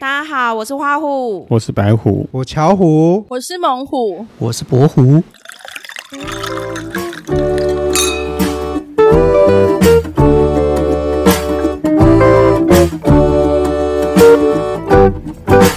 大家好，我是花虎。我是白虎，我巧虎，我是猛虎，我是博虎，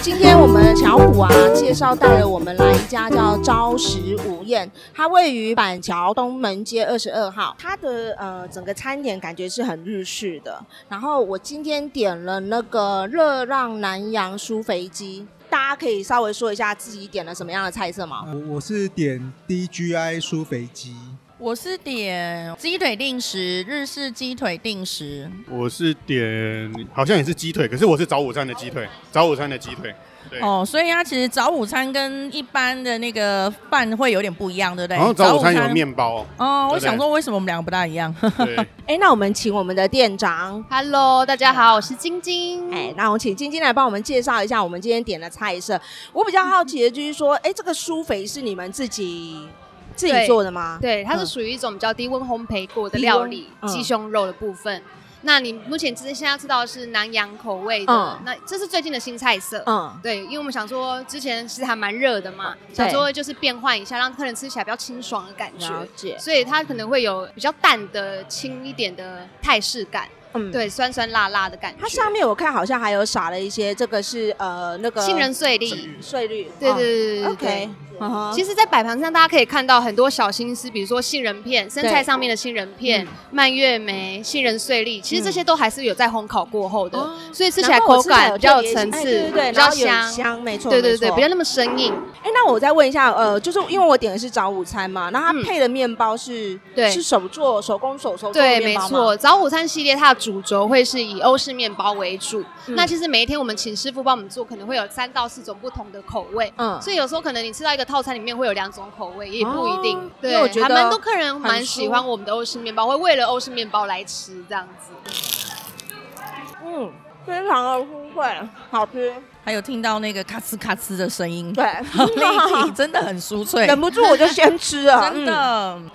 今天我们巧虎啊，介绍带了我们来一家叫朝食午宴，它位于板桥东门街二十二号。它的呃整个餐点感觉是很日式的。然后我今天点了那个热浪南洋酥肥鸡，大家可以稍微说一下自己点了什么样的菜色吗？我呃我是点 DGI 酥肥鸡，我是点鸡腿定时，日式鸡腿定时。我是点好像也是鸡腿，可是我是早午餐的鸡腿，早午餐的鸡腿，对哦，所以它其实早午餐跟一般的那个饭会有点不一样，对不对？然后早午餐有。面包，对哦，我不对想说为什么我们两个不大一样？ 对，哎，那我们请我们的店长， Hello，大家好，我是晶晶。哎，那我请晶晶来帮我们介绍一下我们今天点的菜色。我比较好奇的就是说，哎，这个酥肥是你们自己自己对做的吗？对，它是嗯属于一种比较低温烘焙过的低料温理，嗯鸡胸肉的部分。那你目前之现在吃到的是南洋口味的，嗯那这是最近的新菜色。嗯，对，因为我们想说之前其实还蛮热的嘛，对想说就是变换一下，让客人吃起来比较清爽的感觉。了解，所以它可能会有比较淡的、轻一点的泰式感，嗯，。对，酸酸辣辣的感觉。它上面我看好像还有撒了一些，这个是呃那个杏仁碎粒，碎绿，对对哦对对对 OK，嗯哼其实，在摆盘上，大家可以看到很多小心思，比如说杏仁片、生菜上面的杏仁片嗯、蔓越莓、杏仁碎粒，其实这些都还是有在烘烤过后的，哦所以吃起来口感比较有层哎次，对对对，比较然后有香。香，没错，对对对，没不错要。那么生硬。哎，那我再问一下，呃，就是因为我点的是早午餐嘛，那它嗯配的面包是对是手做手工手手做的对，没面包吗错。，早午餐系列它的主轴会是以欧式面包为主。嗯那其实每一天我们请师傅帮我们做，可能会有三到四种不同的口味。嗯，所以有时候可能你吃到一个套餐里面会有两种口味，也不一定。哦因对，为我觉得还蛮多客人很蛮舒喜欢我们的欧式面包，会为了欧式面包来吃这样子。嗯，非常的酥脆，好吃，还有听到那个咔哧咔哧的声音，对， 好立 体，真的很酥脆，忍不住我就先吃了， 啊真的，嗯，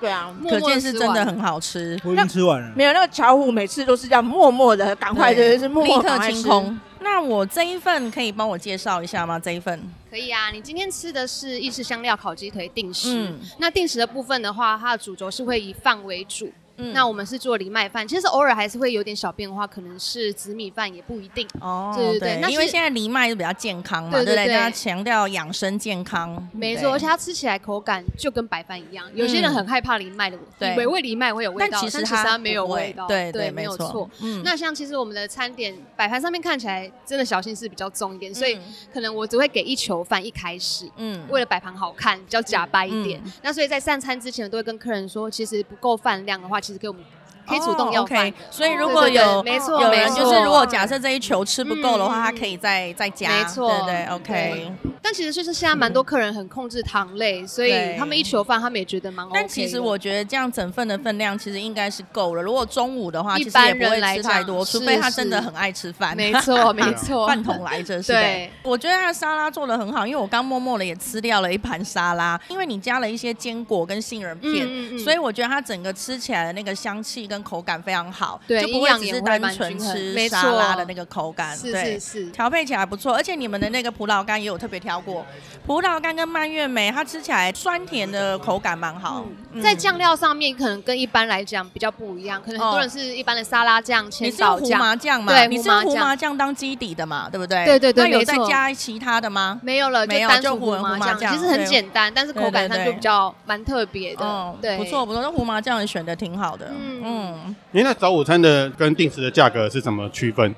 对啊。默可默地见是吃真的完很好吃，我已经吃完了。没有那个巧虎，每次都是这样默默的，赶快对就是默嗯立默刻赶快清吃空。那我这一份可以帮我介绍一下吗？这一份，可以啊，你今天吃的是意式香料烤鸡腿定时。嗯那定时的部分的话，它的主轴是会以饭为主。嗯那我们是做藜麦饭，其实偶尔还是会有点小变化，可能是紫米饭也不一定。哦，对对对那因为是现在藜麦是比较健康嘛，对对对不对对？大家强调养生健康，没对错，而且它吃起来口感就跟白饭一样。有些人很害怕藜麦的，对以为味藜麦会有味道，但但其其实实它它没有不会味道。对对，对，没没有错。。嗯那像其实我们的餐点摆盘上面看起来真的小心思比较重一点，所以嗯可能我只会给一球饭一开始，嗯为了摆盘好看，比较假掰一点。嗯那所以在上餐之前，我都会跟客人说，其实不够饭量的话，其实给我们可以主动要哦饭。 ，OK 所以如对果对对有没错，有没人错就是如果假设这一球吃不够的话，嗯他可以再再加，没错对对，OK。但其实就是现在蛮多客人很控制糖类，所对以他们一球饭他们也觉得蛮 OK 的。但其实我觉得这样整份的分量其实应该是够了。如果中午的话，一其实也般不会人来吃太讲多，是除非他真的是很爱吃饭。没错，没错， 嗯饭桶来着，是对的。我觉得它的沙拉做的很好，因为我刚默默的也吃掉了一盘沙拉，因为你加了一些坚果跟杏仁片，嗯嗯嗯所以我觉得它整个吃起来的那个香气跟口感非常好，对就不会只是单纯营养也会蛮均衡吃没错沙拉的那个口感，是对是。是。调配起来不错，而且你们的那个葡萄干也有特别挑过，葡萄干跟蔓越莓，它吃起来酸甜的口感蛮好，嗯在酱料上面可能跟一般来讲比较不一样，可能很多人是一般的沙拉酱、哦你千是用岛胡酱，麻酱嘛？对你胡是用麻胡酱麻酱当基底的嘛，对不对？对对对那有没再错加其他的吗？没有了，没有单就纯胡胡麻麻酱酱，其实很对简单，但是口感上对对就对比较蛮特别的嗯，，对，不错。不错，那胡麻酱选的挺好的。嗯嗯，因为那早午餐的跟定时的价格是怎么区分？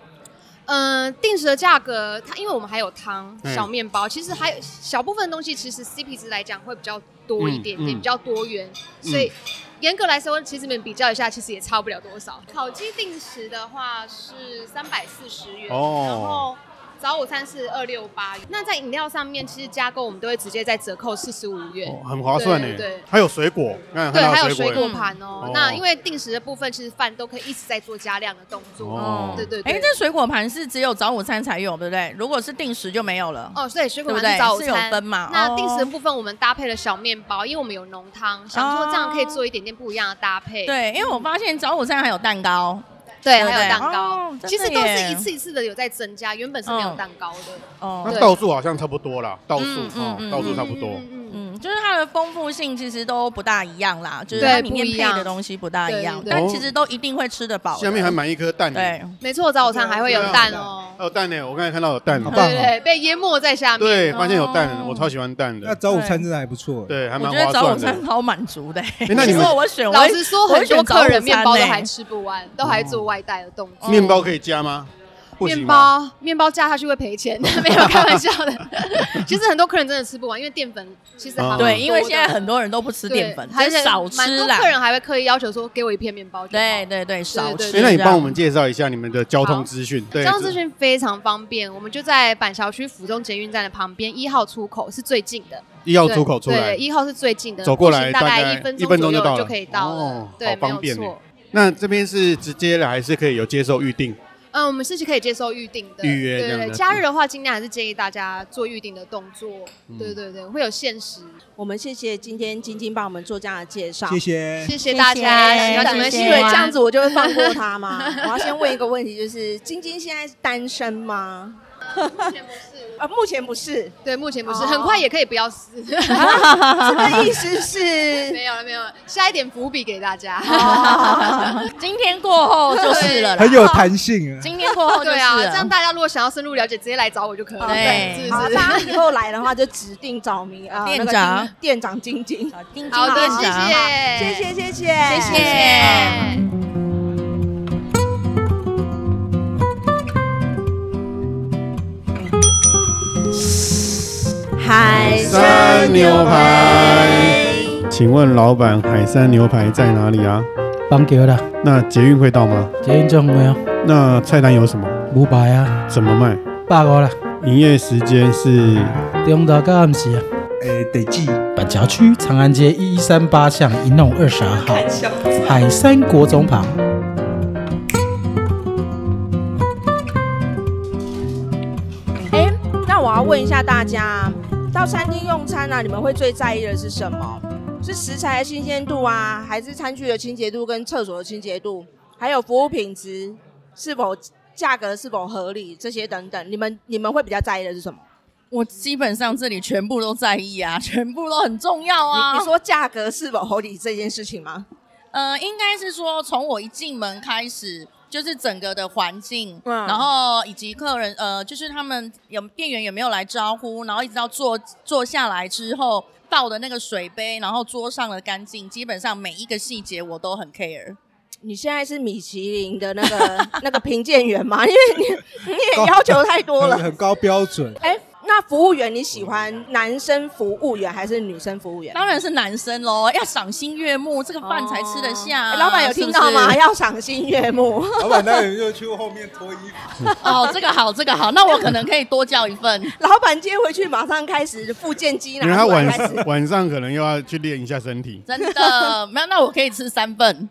嗯，定时的价格，它因为我们还有汤、嗯小面包，其实还有小部分东西，其实 CP 值来讲会比较多一点嗯嗯嗯点，比较多元，所以严格来说，其实你们比较一下，其实也差不了多少。烤鸡定时的话是三百四十元，哦然后。早午餐是二六八元。那在饮料上面，其实加购我们都会直接在折扣四十五元。哦，很划算呢。对对还有水果，看对，看还到有水果果盘哦。嗯那哦因为定时的部分，其实饭都可以一直在做加量的动作。哦对对对。哎，这水果盘是只有早午餐才有，对不对？如果是定时就没有了。哦，对，水果对不盘是对早是有餐分嘛那哦定时的部分，我们搭配了小面包，因为我们有浓汤，想说这样可以做一点点不一样的搭配。对，因为我发现早午餐还有蛋糕对，对不还有对蛋糕，哦真的其实都是耶一次一次的有在增加，原本是没有嗯蛋糕的。哦那对道数好像差不多啦，道数嗯嗯哦嗯，道数嗯差不多。嗯嗯嗯，就是它的丰富性其实都不大一样啦，就是对它里面不一配样的东西不大一样，对对但对其实都一定会吃得饱的。哦下面还买一颗蛋呢，对，没错，早午餐还会有对啊蛋哦。还有蛋欸呢，我刚才看到有蛋好，棒对对哦！对，被淹没在下面。对，发现有蛋了，哦我超喜欢蛋那的，早午餐真的还不错。，对，还我蛮觉得划早午算餐的。超满足的、哎那你 如们果我选，我老会实说，我很选多客人早午餐面包都呢还吃不完，都还做外带的动作。面包可以加吗？不行哦面吗？包面包加下去会赔钱， 没有开玩笑 的。其实很多客人真的吃不完，因为淀粉其实还啊蛮哦对，因为多的现在很多人都不吃淀粉，对还而且少蛮吃多啦客。人还会刻意要求说给我一片面包就好。对对对，少对吃这哎，那样。你帮我们介绍一下你们的交好通资讯？对，交通资讯非常方便，我们就在板桥区府中捷运站的旁边一号出口是最近的，一号出口出对，来对。一号是最近的，走过来步行大大概概一分一分钟左就右到了就可以到哦了，好对，没方有便耶错。那这边是直接的，还是可以有接受预定？嗯，我们是可以接受预定的预约这对样对，的假日的话，尽量还是建议大家做预定的动作。嗯对对对，会有限时。我们谢谢今天晶晶帮我们做这样的介绍，哎谢谢。谢谢大家，喜欢那你们们谢喜谢对，欢这样子我就会放过他 吗？我要先问一个问题，就是晶晶现在是单身吗？目前不是，啊，目前不是，对，目前不是，哦很快也可以不要撕。啊这个意思是 没有了，没有了，下一点伏笔给大家。 今天过后就 是了啦很，有弹性啊。哦 今天过后就对是啊，这样了。大家如果想要深入了解，直接来找我就可以了，对是好，不大家是？以后来的话就指定找明啊，店那个长金店长晶晶，丁好金的，店谢长，谢谢，谢，谢谢，谢谢谢。海山牛排。请问老板，海山牛排在哪里啊？板桥啦，那捷运会到吗？捷运总没有那菜单有什么？五百哦啊，怎么卖？百五啦，营业时间是中昼到暗时啊。诶，哎得记。板桥区长安街一一三八巷一弄二十二号，海山国中旁。哎，那我要问一下大家，到餐厅用餐啊，你们会最在意的是什么？是食材的新鲜度啊，还是餐具的清洁度跟厕所的清洁度，还有服务品质是否价格是否合理这些等等，你们你们会比较在意的是什么？我基本上这里全部都在意啊，全部都很重要啊。你你说价格是否合理这件事情吗？呃，应该是说从我一进门开始，就是整个的环境，嗯然后以及客人，呃，就是他们有店员有没有来招呼，然后一直到坐坐下来之后倒的那个水杯，然后桌上的干净，基本上每一个细节我都很嗯 care。你现在是米其林的那个那个评鉴员吗？因为你你也要求太多很 了。很高 标准，哎，那服务员你喜欢男生服务员还是女生服务员？当然是男生喽，要赏心悦目，这个饭才吃得下啊、哦哎老板有是听不到吗？ 是要赏心悦目。 老板那人就去后面脱衣服，哦，这个好，这个好，那我可能可以多叫一份。老板接回去，马上开始复健机因为拿他出来晚开始。晚上可能又要去练一下身体。真 的没有，那我可以吃三份。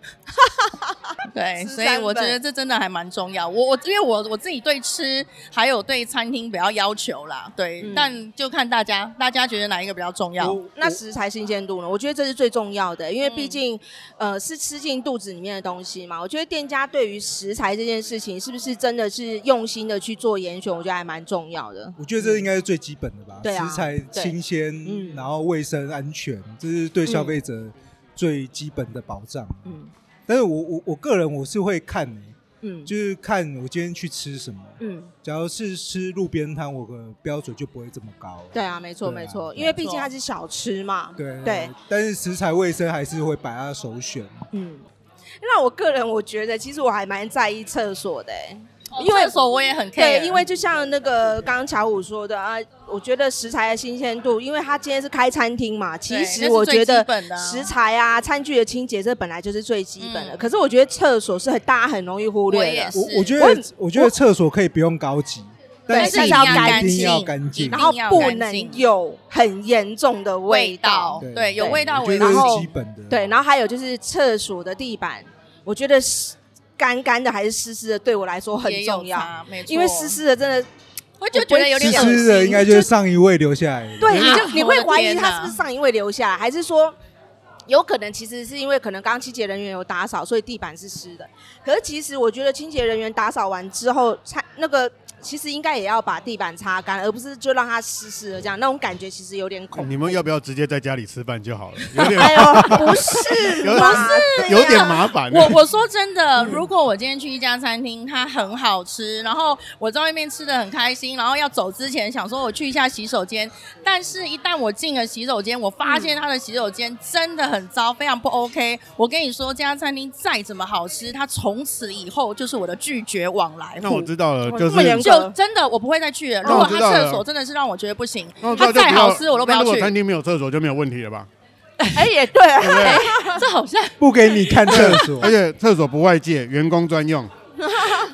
对，吃所三份以我觉得这真的还蛮重要。我我因为我我自己对吃还有对餐厅比较要求啦，对，嗯但就看大家，大家觉得哪一个比较重要？哦那食材新鲜度呢？我觉得这是最重要嗯的，因为毕竟，呃，是吃进肚子里面的东西嘛。我觉得店家对于食材这件事情，是不是真的是用心的去做严选，我觉得还蛮重要的。我觉得这应该是最基本的吧。对啊食材新嗯鲜，然后卫生安全，这是对消费者最基本的保障。嗯但是我我我个人我是会看诶、嗯就是看我今天去吃什么。嗯，假如是吃路边摊，我的标准就不会这么高。对啊，没错对啊没错，没错因为毕竟它是小吃嘛。对啊对，但是食材卫生还是会摆在首选。嗯，那我个人我觉得，其实我还蛮在意厕所的、欸。哦因为厕所我也很 care，对，因为就像那个刚刚乔五说的啊，我觉得食材的新鲜度，因为他今天是开餐厅嘛，其那实是我最觉基得本的啊食材啊、餐具的清洁这本来就是最基本的。嗯可是我觉得厕所是很大家很容易忽我略也的。是，我我觉我很得我觉得厕所可以不用高级，但但是是一定要要干干一定要净，干净，然然后后不不能能有很严重的味味道道，对对，有味道我为觉主得然后是基本的。对，然后还有就是厕所的地板，我觉得湿干干的还是湿湿的，对我来说很也有重要，差，没错，因为湿湿的真的，我就觉得有点湿恶心湿的应该就是上一位留下来的。 对，你啊就你会怀疑我的天他哪是不是上一位留下来，还是说有可能其实是因为可能刚刚清洁人员有打扫，所以地板是湿的。可是其实我觉得清洁人员打扫完之后，擦那个其实应该也要把地板擦干，而不是就让它湿湿的这样，那种感觉其实有点恐怖。你们要不要直接在家里吃饭就好了？有 点哎呦，不是有啦，有点麻 烦。我我说真的，如果我今天去一家餐厅，它很好吃，然后我在外面吃的很开心，然后要走之前想说我去一下洗手间，但是一旦我进了洗手间，我发嗯现它的洗手间真的很糟，非常不 OK。我跟你说，这家餐厅再怎么好吃，它从此以后就是我的拒绝往来那户我知道了，就这么是严格就真的我不会再去了。那如我果知它道了厕所真的是让我觉得不行那我，知道它就再不要好吃我都不那要如果去。餐厅没有厕所就没有问题了吧？哎也对，对不对？ 这好像不给你看厕 所而。且厕所不外借，员工专用，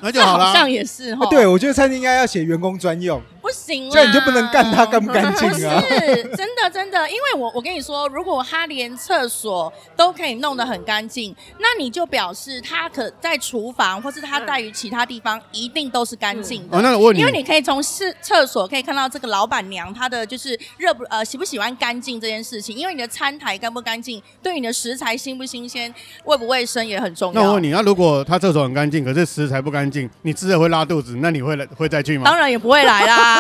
那就这好好啦啊像。也是哦哈，对，我觉得餐厅应该要写员工专用，不行啦，这样你就不能干他干不干净不 是啊？ 真的真的，因为我我跟你说，如果他连厕所都可以弄得很干净，那你就表示他可在厨房或是他在于其他地方一定都是干净的。哦，那我问你因为，你可以从厕厕所可以看到这个老板娘她的就是热不呃喜不喜欢干净这件事情，因为你的餐台干不干净，对你的食材新不新鲜、卫不卫生也很重要。那我问你，那如果他厕所很干净，可是食材不干净，你吃了会拉肚子，那你会来会再去吗？当然也不会来啦。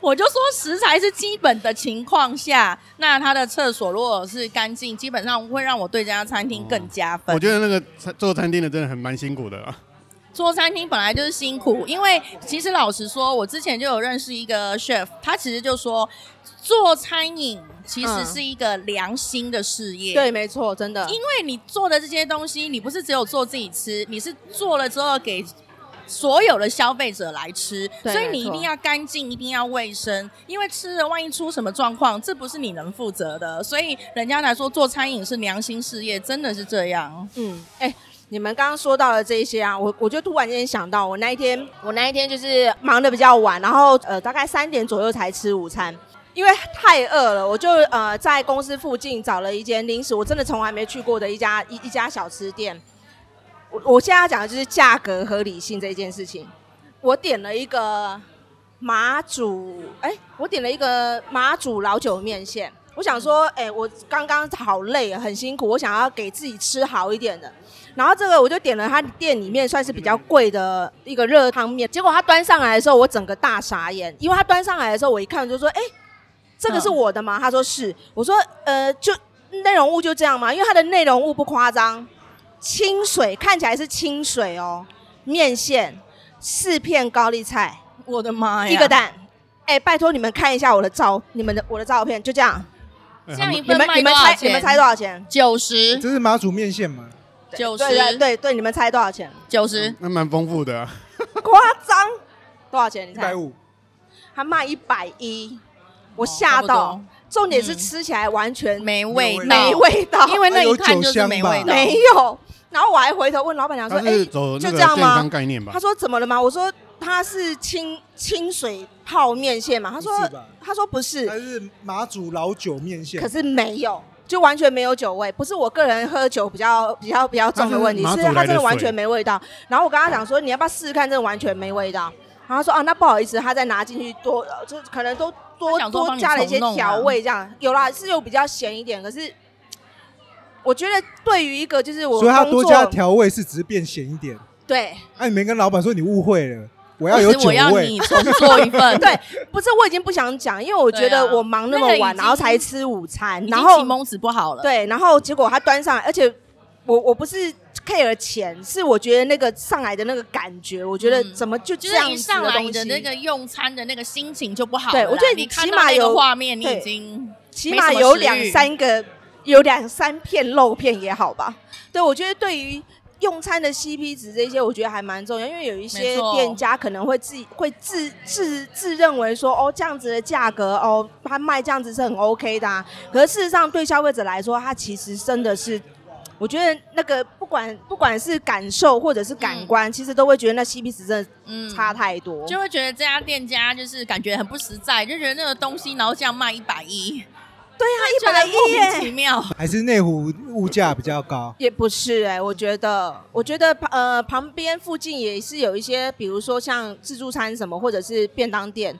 我就说食材是基本的情况下，那他的厕所如果是干净，基本上会让我对这家餐厅更加分。我觉得那个餐做餐厅的真的很蛮辛苦的啊。做餐厅本来就是辛苦，因为其实老实说，我之前就有认识一个 chef，他其实就说做餐饮其实是一个良心的事业。对，没错，真的。因为你做的这些东西，你不是只有做自己吃，你是做了之后给所有的消费者来吃，对所以你没一错定要干净，一定要卫生，因为吃了万一出什么状况，这不是你能负责的。所以人家来说，做餐饮是良心事业，真的是这样。嗯，哎、你们刚刚说到了这一些啊，我我就突然间想到，我那一天我那一天就是忙的比较晚，然后呃大概三点左右才吃午餐。因为太饿了，我就呃在公司附近找了一间零食，我真的从来没去过的一家一一家小吃店。我我现在要讲的就是价格合理性这件事情。我点了一个马祖，哎、我点了一个马祖老酒面线。我想说，哎、我刚刚好累啊，很辛苦，我想要给自己吃好一点的。然后这个我就点了他店里面算是比较贵的一个热汤面，结果他端上来的时候，我整个大傻眼，因为他端上来的时候，我一看我就说，哎、这个是我的吗？他说是，我说呃，就内容物就这样吗？因为它的内容物不夸张，清水看起来是清水哦，面线四片高丽菜，我的妈呀！一个蛋。哎、拜托你们看一下我的照，你们的我的照片，就这样。哎这样一你份们卖你们多少猜钱？你们猜多少钱？九嗯十这是马祖面线嘛？九对对十对对，你们猜多少钱？九十，那蛮丰富的啊。夸张，多少钱？你一百猜？五，他卖一百一，我哦吓差不到多。重点是嗯吃起来完全没没味道，没味道，因为那一看就是它有没酒味香吧道。没有。然后我还回头问老板娘说他：“哎、是走那就个这样健吗康概念吧他？说怎么了吗？我说他是清清水泡面线嘛。他说不是吧他说不是它，是马祖老酒面线可。是没有，就完全没有酒味。不是我个人喝酒比较比较比较重的问题，它是是马祖来的它真的完水全没味道。然后我跟他讲说你要不要试试看，真的完全没味道。然后他说啊，那不好意思，他再拿进去多，呃就可能都多他想说多帮你加了一些重弄啊调味，这样有啦，是有比较咸一点，可是。我觉得对于一个就是我所以它工多作加调味是只是变咸一点。对哎，你没跟老板说你误会了，我要不有是酒我要味你。重做一 份，对，不是我已经不想讲，因为我觉得对啊我忙那么那个晚，已经然后才吃午餐，已然经后奇蒙子不好了。对，然后结果他端上来，而且我我不是 care 钱，是我觉得那个上来的那个感觉，我觉得嗯怎么就就这是样一子上来东你的西那个用餐的那个心情就不好了啦。对我觉得你你看起到码那有个画面，你对已经起没码什么有食两欲三个有两三片肉片也好吧。对，我觉得对于用餐的 CP 值这些，我觉得还蛮重要，因为有一些没错店家可能会自己会自自自认为说，哦，这样子的价格，哦，他卖这样子是很 OK 的、啊。可是事实上，对消费者来说，他其实真的是我觉得那个不管不管是感受或者是感官，其实都会觉得那 CP 值真嗯的差太多。就会觉得这家店家就是感觉很不实在，就觉得那个东西然后这样卖一百一，对觉啊，得一莫百名一其耶，妙。还是内湖物价比较高，也不是哎、我觉得，我觉得呃，旁边附近也是有一些，比如说像自助餐什么，或者是便当店。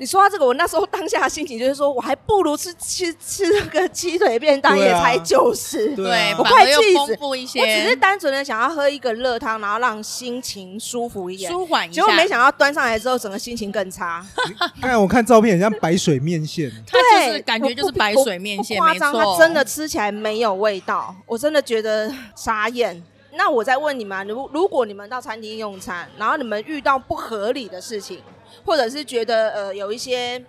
你说到这个，我那时候当下的心情就是说，我还不如吃吃吃那个鸡腿便当，对也啊才九十、对啊我反快而又气死丰富一些，我只是单纯的想要喝一个热汤，然后让心情舒服一点。舒缓一结下。果没想到端上来之后，整个心情更差。刚才我看照片很像白水面线，它对，就是感觉就是我不白我水面线，不夸没张，错，它真的吃起来没有味道，我真的觉得傻眼。那我再问你们啊，如如果你们到餐厅用餐，然后你们遇到不合理的事情，或者是觉得呃有一些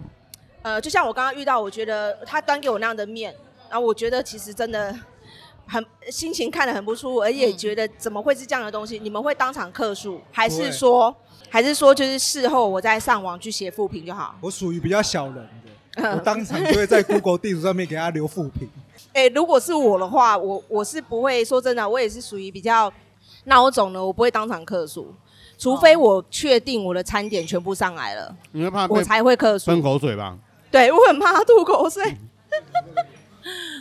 呃，就像我刚刚遇到，我觉得他端给我那样的面，然后我觉得其实真的很心情看得很不舒服，而且嗯觉得怎么会是这样的东西？你们会当场客诉，还不会是说还是说就是事后我再上网去写复评就好？我属于比较小人嗯的，我当场就会在 Google 地图上面给他留负评。哎、如果是我的话，我我是不会说真的，我也是属于比较孬种的，我不会当场客诉，除非我确定我的餐点全部上来了，你会怕啊被我才会客喷诉。口水吧？对，我很怕他吐口水。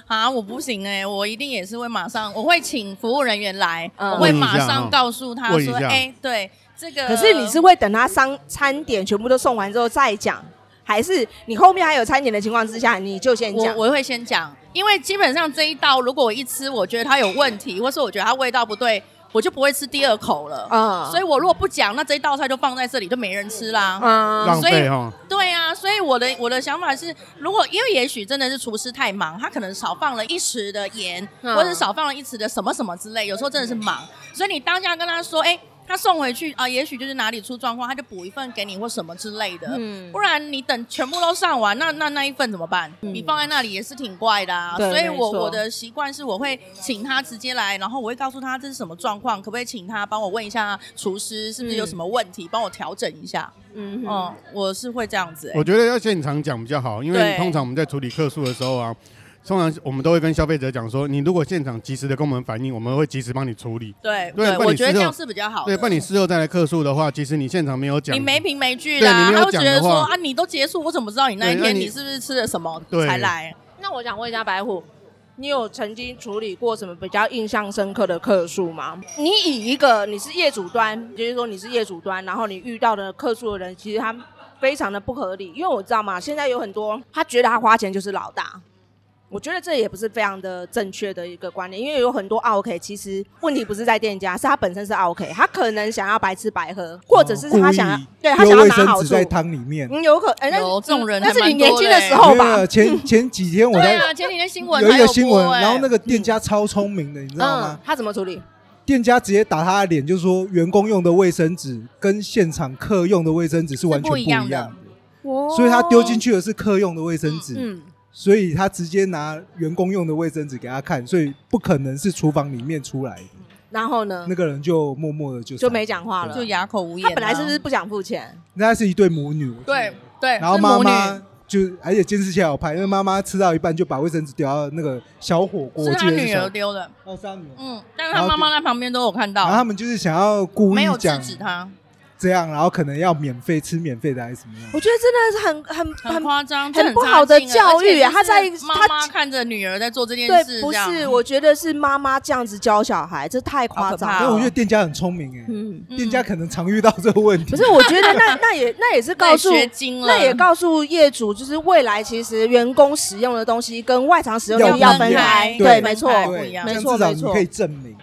啊，我不行哎、我一定也是会马上，我会请服务人员来，嗯我会问一下马上哦告诉他问一说，下哎、对这个。可是你是会等他商餐点全部都送完之后再讲，还是你后面还有餐点的情况之下，你就先我讲？我会先讲，因为基本上这一道如果我一吃，我觉得它有问题，或是我觉得它味道不对，我就不会吃第二口了。嗯所以我如果不讲，那这一道菜就放在这里，就没人吃啦。嗯，浪费哦哈，对啊，所以我的我的想法是，如果因为也许真的是厨师太忙，他可能少放了一匙的盐，嗯或者少放了一匙的什么什么之类，有时候真的是忙，所以你当下跟他说，哎、他送回去啊、也许就是哪里出状况，他就补一份给你或什么之类的。嗯不然你等全部都上完，那那那一份怎么办？嗯你放在那里也是挺怪的啊。对所以没我错我的习惯是，我会请他直接来，然后我会告诉他这是什么状况，可不可以请他帮我问一下厨师是不是嗯有什么问题，帮我调整一下。嗯嗯，我是会这样子、欸我。觉得要现场讲比较好，因为对通常我们在处理客诉的时候啊，通常我们都会跟消费者讲说，你如果现场及时的跟我们反映，我们会及时帮你处理。对对不然我你觉得吃这肉样是比较好的。对，不然你事后再来客诉的话，其实你现场没有讲，你没凭没据对啦，你没他有会觉讲得的说话啊，你都结束，我怎么知道你那一对那天你你是不是吃了什么对才来？那我想问一下白虎，你有曾经处理过什么比较印象深刻的客诉吗？你以一个你是业主端，就是说你是业主端，然后你遇到的客诉的人，其实他非常的不合理，因为我知道嘛，现在有很多他觉得他花钱就是老大。我觉得这也不是非常的正确的一个观念，因为有很多 OK，其实问题不是在店家，是他本身是 OK，他可能想要白吃白喝，或者是他想要、哦故意对他丢想要卫拿生好纸处，在汤里面。嗯，有可哎、那有这种人那是还你蛮年多轻的的欸时候没吧？有 啊前前几天我对在啊，前几天新闻有一还有个新闻播，欸然后那个店家超聪明的，你知道嗯？，吗他怎么处理？店家直接打他的脸，就说员工用的卫生纸跟现场客用的卫生纸是完全不一样是不一样的，哦所以他丢进去，去的是客用的卫生纸，嗯。所以他直接拿员工用的卫生纸给他看，所以不可能是厨房里面出来的。然后呢那，个人就默默的就就没讲话了嗯就哑口无言啊。他本来是不是不想付钱？那是一对母女，我记得对对？然后是妈母女妈就而且监视器还有拍，因为妈妈吃到一半就把卫生纸丢到那个小火锅，是我他记得是女小儿丢的，哦，是他女儿。嗯，但是他妈妈在旁边都有看然后他到，们就是想要故没意有制讲止他，这样，然后可能要免费吃免费的还是怎么样嗯我？觉得真的是很很很很夸张，很这很不好的扎劲啊教育啊而且就是他在妈他妈看着女儿在做这件事，对，这不样是？我觉得是妈妈这样子教小孩，这太夸张好可怕啊因了。为哦我觉得店家很聪明哎、嗯，嗯店家可能常遇到这个问题。不是，我觉得那 那也那也是告诉那也学精了，那也告诉业主，就是未来其实员工使用的东西跟外场使用的要东西要分开。对对，没错。分开不对一，样这样没错至少没你错可以证明。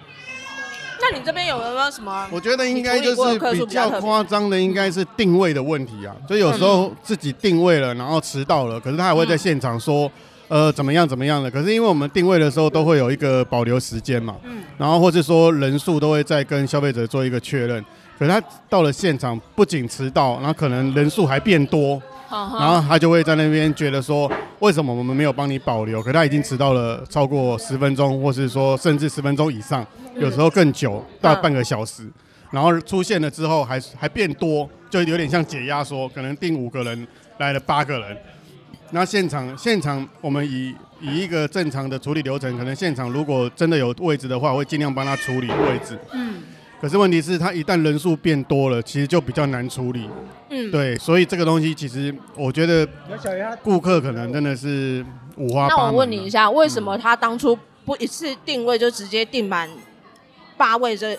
那你这边有没有什么？我觉得应该啊就你处理是过的客诉比比较较特别夸张的，应该是定位的问题啊。所以有时候自己定位了，然后迟到了，可是他还会在现场说，呃，怎么样怎么样的。可是因为我们定位的时候都会有一个保留时间嘛，嗯然后或是说人数都会再跟消费者做一个确认。可是他到了现场，不仅迟到，然后可能人数还变多，嗯然后他就会在那边觉得说，为什么我们没有帮你保留？可他已经迟到了超过十分钟，或是说甚至十分钟以上，有时候更久，到半个小时。然后出现了之后还还变多，就有点像解压缩，可能定五个人来了八个人，那现场现场我们以以一个正常的处理流程，可能现场如果真的有位置的话，会尽量帮他处理位置。嗯可是问题是，他一旦人数变多了，其实就比较难处理。嗯，对，所以这个东西其实我觉得那小鱼他顾客可能真的是五花八门啊。那我问你一下，为什么他当初不一次定位就直接定满八位这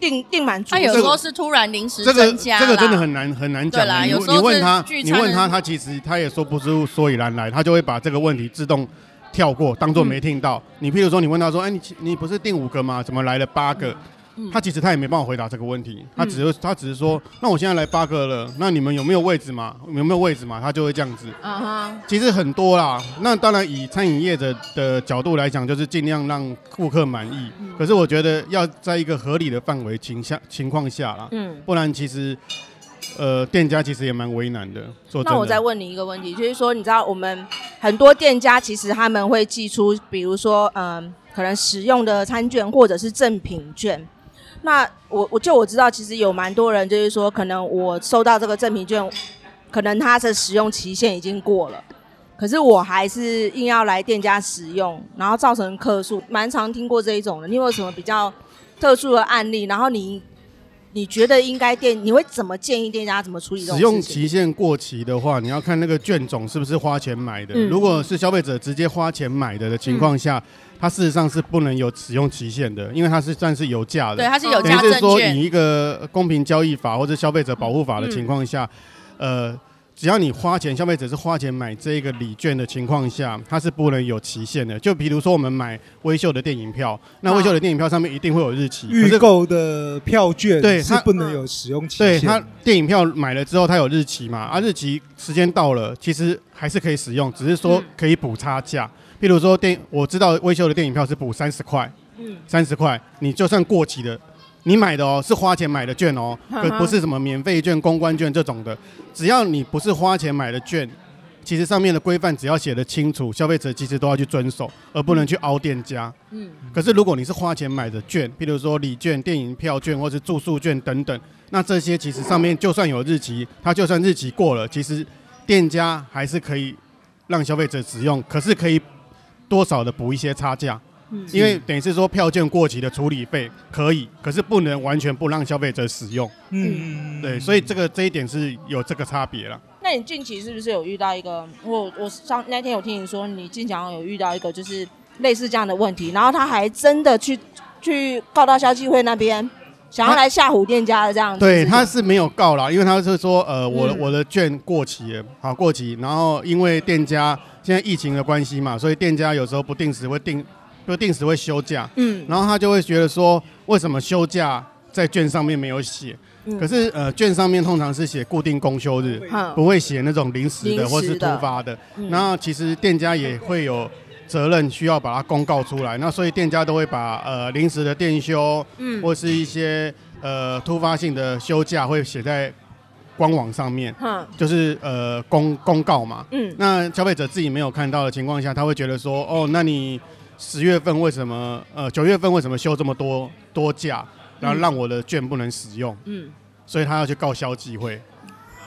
定定满组？他啊有时候是突然临时这个增加这啦个真的很难很难讲对啦啊。你有时候你问他，这聚你餐的问他，他其实他也说不出所以然来，他就会把这个问题自动跳过，当嗯做没听到。你譬如说，你问他说：“哎，你你不是定五个吗？怎么来了八个？”嗯他其实他也没办法回答这个问题，他只是他只是说：“那我现在来八个了，那你们有没有位置嘛？有没有位置嘛？”他就会这样子。嗯啊哈，其实很多啦，那当然以餐饮业者的角度来讲，就是尽量让顾客满意。嗯可是我觉得要在一个合理的范围情下情况下啦，嗯。不然其实，呃，店家其实也蛮为难的。说真那的，我再问你一个问题，就是说，你知道我们很多店家其实他们会寄出，比如说，嗯、可能使用的餐券或者是赠品券。那我我就我知道，其实有蛮多人就是说，可能我收到这个赠品券，可能它的使用期限已经过了，可是我还是硬要来店家使用，然后造成客诉，蛮常听过这一种的。你有没有什么比较特殊的案例？然后你你觉得应该店，你会怎么建议店家怎么处理这种使事情？用期限过期的话，你要看那个卷种是不是花钱买的。嗯如果是消费者直接花钱买的的情况下，它事实上是不能有使用期限的，因为它是算是有价的。对，他是有等于加是证说，券，嗯以一个公平交易法或者消费者保护法的情况下，呃，只要你花钱，消费者是花钱买这个礼券的情况下，它是不能有期限的。就比如说我们买微秀的电影票，那微秀啊的电影票上面一定会有日期，可预是购的票券对是他不能有使用期对限，它电影票买了之后，它有日期嘛？啊，日期时间到了，其实还是可以使用，只是嗯说可以补差价。譬如说电，我知道微秀的电影票是补三十块，嗯三十块，你就算过期的，你买的哦是花钱买的券哦，嗯可哼不是什么免费券、公关券这种的，只要你不是花钱买的券。其实上面的规范只要写得清楚，消费者其实都要去遵守，而不能去凹店家。嗯可是如果你是花钱买的券，譬如说礼券、电影票券或是住宿券等等，那这些其实上面就算有日期，它就算日期过了，其实店家还是可以让消费者使用，可是可以多少的补一些差价，嗯因为等于是说票券过期的处理费可以，可是不能完全不让消费者使用。嗯，嗯对，所以这个这一点是有这个差别了。那你近期是不是有遇到一个？我我上那天有听你说，你近期好像有遇到一个就是类似这样的问题，然后他还真的去去告到消基会那边，想要来吓唬店家的这样子。对，是不他是是没有告啦，因为他是说，呃，我、嗯我的券过期了，好过期，然后因为店家现在疫情的关系嘛，所以店家有时候不定时会定，不定时会休假，嗯然后他就会觉得说，为什么休假在券上面没有写？嗯嗯可是呃，券上面通常是写固定公休日，哼不会写那种临时临时的的或是突发的。嗯那其实店家也会有责任需要把它公告出来，那所以店家都会把呃临时的店休嗯或是一些呃突发性的休假会写在官网上面，哼就是呃公公告嘛。嗯那消费者自己没有看到的情况下，他会觉得说，哦，那你十月份为什么呃九月份为什么休这么多多假，然后让我的券不能使用，嗯。所以他要去告消基会。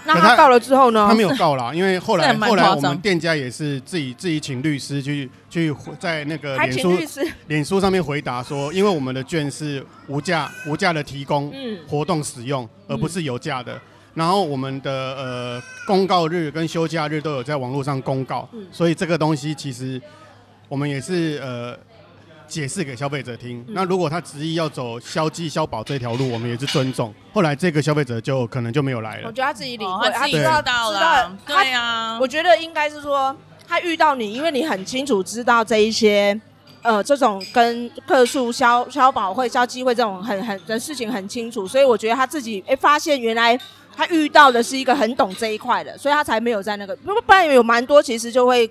那可他他告了之后呢？他没有告啦，因为后这来还蛮后来夸我张们店家也是自己自己请律师去去在那个还脸请书律师。脸书上面回答说，因为我们的券是无价无价的提供嗯活动使用，而不是有价的。然后我们的呃公告日跟休假日都有在网络上公告，嗯所以这个东西其实我们也是呃解释给消费者听。嗯那如果他执意要走消基消保这条路，我们也是尊重。后来这个消费者就可能就没有来了我。觉得他自己领哦会，他自己知知道道知了道，他对啊我，觉得应该是说，他遇到你，因为你很清楚知道这一些，呃，这种跟客诉消消保会、消基会这种很很的事情很清楚，所以我觉得他自己哎、诶发现原来他遇到的是一个很懂这一块的，所以他才没有在那个，不不然有蛮多其实就会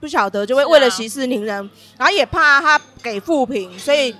不晓得，就会是啊为了息事宁人，然后也怕他给负评，所以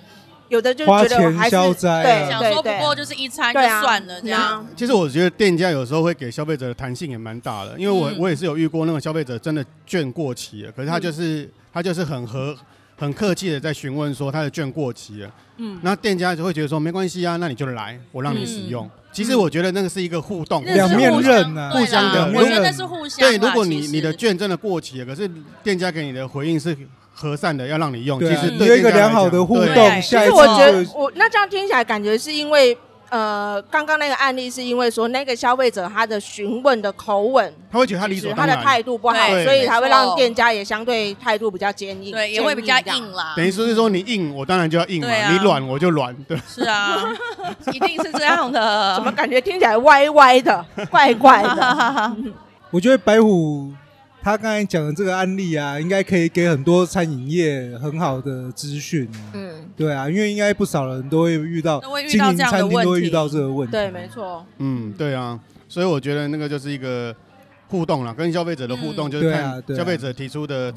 有的就花觉得我钱还是消灾啊对想对说不对过就是一餐就对啊，算了嗯这样。啊其实我觉得店家有时候会给消费者的弹性也蛮大的，因为我、嗯我也是有遇过那种消费者真的券过期了，可是他就是、他就是很合很客气的在询问说他的券过期了，嗯嗯，那店家就会觉得说没关系啊，那你就来，我让你使用。其实我觉得那个是一个互动，嗯那是两面互相刃啊对啦互相的我觉如得果那是互相对，啦。如果你其实你的券真的过期了，可是店家给你的回应是和善的，要让你用，对其啊实你对有一个店家来良好的讲互对动，其下实一次我觉得就我那这样听起来感觉是因为呃，刚刚那个案例是因为说那个消费者他的询问的口吻，他会觉得他就理所是当他的然。态度不好，对所以才会让没错店家也相对态度比较坚硬，对也会比较坚这样硬。啦等。于说是说你硬，我当然就要硬嘛；啊对啊你软，我就软。对，是啊， 一定是这样的。怎么感觉听起来歪歪的、 怪怪的？ 我觉得白虎他刚才讲的这个案例啊，应该可以给很多餐饮业很好的资讯。嗯，对啊，因为应该不少人都会遇到都会，遇经到营这样的餐厅都问会题遇到这个问题。对，没错。嗯，对啊，所以我觉得那个就是一个互动啦，跟消费者的互动，嗯就是对啊看对啊消费者提出的，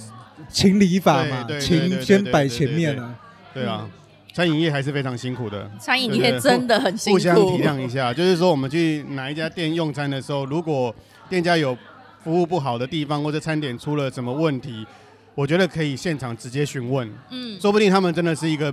情理法嘛，对对对对情对先对摆对前对面对啊。对嗯啊，餐饮业还是非常辛苦的。餐饮业真的很辛苦，互相体谅一下，就是说我们去哪一家店用餐的时候，如果店家有服务不好的地方，或者餐点出了什么问题，我觉得可以现场直接询问，嗯，说不定他们真的是一个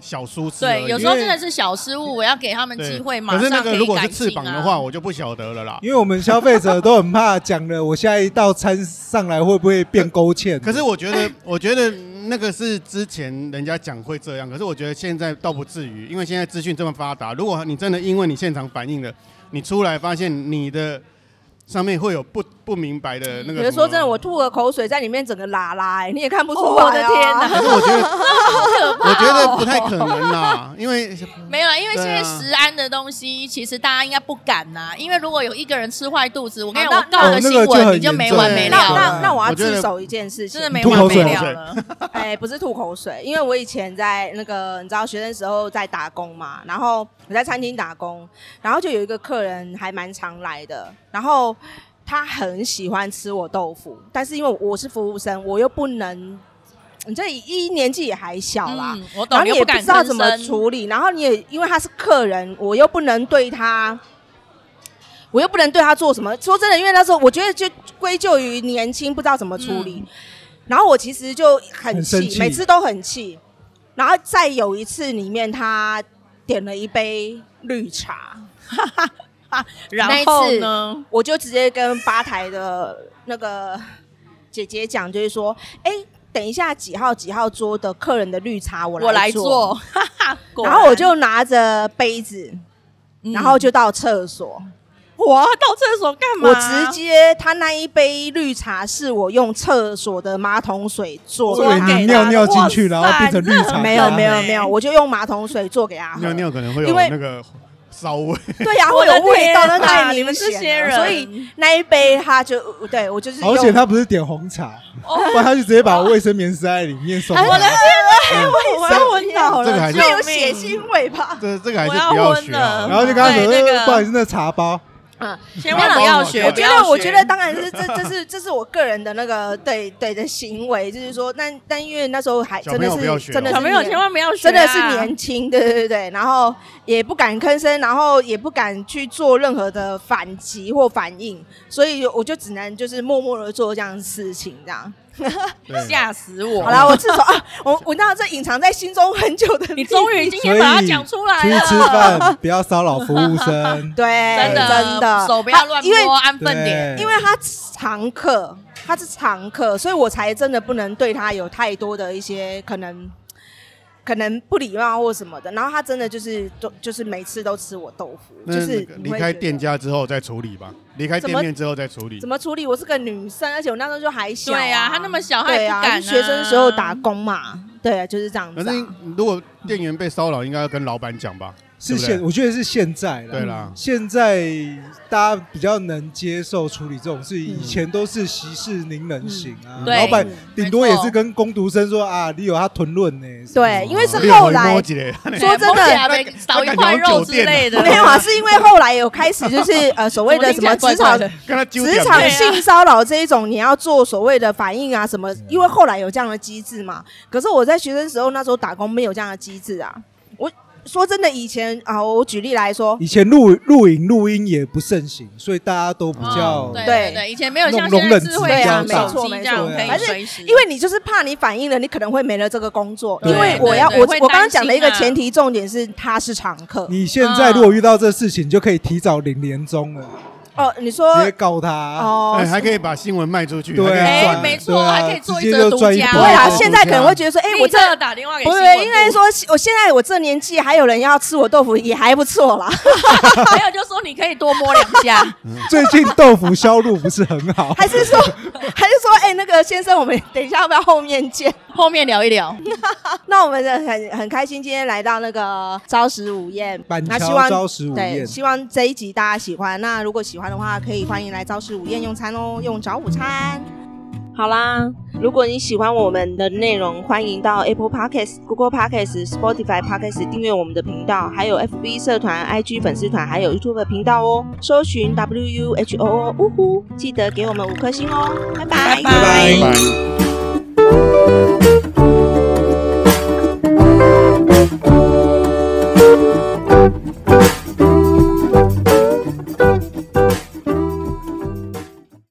小疏失而已。对，有时候因为真的是小失误，我要给他们对机会，马可是上那可个以如果改是进翅啊膀的话，，我就不晓得了啦。因为我们消费者都很怕讲了，我下一道餐上来会不会变勾芡？可是我觉得，我觉得那个是之前人家讲会这样，可是我觉得现在倒不至于，因为现在资讯这么发达，如果你真的因为你现场反应了，你出来发现你的上面会有不不明白的那个什么，比如说真的，我吐了口水在里面，整个拉拉、哎，你也看不出来、我的天哪！可是我觉 得，哦我觉得不太可能啦，因为没有啦，因为现对在啊食安的东西，其实大家应该不敢呐、因为如果有一个人吃坏肚子，我跟你讲，啊我那告了哦那新个就闻，很你就严没重完了没那了那了，那我要我觉得自首一件事情，真的没吐完口没水了了。哎，不是吐口水，因为我以前在那个你知道学生时候在打工嘛，然后我在餐厅打工，然后就有一个客人还蛮常来的，然后他很喜欢吃我豆腐，但是因为我是服务生，我又不能，你这一年纪也还小啦。嗯，我然懂，后你你又也不敢知道吭怎么声，处理，然后你也因为他是客人，我又不能对他，我又不能对他做什么。说真的，因为那时候我觉得就归咎于年轻，不知道怎么处理。嗯然后我其实就很很气，生气每次都很气。然后再有一次里面，他点了一杯绿茶，然后呢？我就直接跟吧台的那个姐姐讲，就是说，哎、等一下几号几号桌的客人的绿茶我我来做做，哈哈果 然后我然就拿着杯子，嗯然后就到厕所。哇，到厕所干嘛？我直接，他那一杯绿茶是我用厕所的马桶水做我给以为他你的。尿尿进去，哇然塞后变成绿茶。没有没有哎没有，我就用马桶水做给他喝。尿尿可能欸会有因为那个骚味， 对呀、我会的有味道，天那哪太你明们这些显人了。所以那一杯他就对我就是用，而且他不是点红茶，哦不然他就直接把卫生棉塞在里面送哎他。我的天，我要昏倒了，这个还是没有血腥味吧？这这个还是我要不要昏学了啊。然后就跟他说：“对那个呃不好意思，那茶包。千万不要学，我不觉要得，学我觉得当然是这这是这是我个人的那个对对的行为，就是说，但但因为那时候还小真朋的友是不要学哦真的是小朋友年千万不要学真啊，的是年轻，对对对对，然后也不敢吭声，然后也不敢去做任何的反击或反应，所以我就只能就是默默的做这样的事情，这样。对，吓死我！好啦，我至少啊，我我到这隐藏在心中很久的秘密，。你终于今天把它讲出来出去了，吃饭不要骚扰服务生 对真的真的手不要乱因为摸，安分点。对，因为他常客，他是常客，所以我才真的不能对他有太多的一些可能。可能不礼貌或什么的，然后他真的就是都就是每次都吃我豆腐，那就是那个你离会开觉得店家之后再处理吧，离开怎店么面之后再处理怎。么处理？我是个女生，而且我那时候就还小、对呀、啊他那么小他也对不啊，敢啊是学生时候打工嘛，对、啊，就是这样可子、是啊。如果店员被骚扰，应该要跟老板讲吧？是对现，不我觉得是现在啦。对啦，现在大家比较能接受处理这种事，以前都是息事宁人型啊。嗯对老板顶多也没错是跟工读生说啊，你有他臀论呢。什么对，因为是对后六回来摸几嘞说真的，的，少一块肉之类 的，没有啊，是因为后来有开始就是 呃所谓的什么职场 跟他纠职结。场对啊性骚扰这一种，你要做所谓的反应啊什么，因为后来有这样的机制嘛。可是我在学生时候那时候打工没有这样的机制啊。我说真的，以前啊，我举例来说，以前录录影录音也不盛行，所以大家都比较、哦嗯对对对对，以前没有像容现在忍智值慧比较型大手机这样对啊反可以正随时，因为你就是怕你反应了，你可能会没了这个工作。对因为我对要对我会我刚刚担心讲的一个啊前提重点是他是常客你现在如果遇到这事情，就可以提早领年终了，哦，你说直接告他。啊哦哎，，还可以把新闻卖出去，对啊还可以哎赚没错对啊还可以做直一接则就独赚一家啊不波会啦，对现在可能会觉得说，哎，我这立刻打电话给不新是闻，部应该说，我现在我这年纪还有人要吃我豆腐也还不错啦。 没有，就说你可以多摸两下， 最近豆腐销路不是很好，还是说，还是说，哎、那个先生，我们等一下要不要后面见？后面聊一聊。 那我们很很很开心，今天来到那个朝食午宴，板那希桥望招十五对，宴，希望这一集大家喜欢。那如果喜欢的话，可以欢迎来朝食午宴用餐哦，用早午餐。好啦，如果你喜欢我们的内容，欢迎到 Apple Podcast、Google Podcast、Spotify Podcast 订阅我们的频道，还有 FB 社团、IG 粉丝团，还有 YouTube 频道哦。搜寻 W U H O O，呜呼，记得给我们五颗星哦，拜拜拜拜拜拜。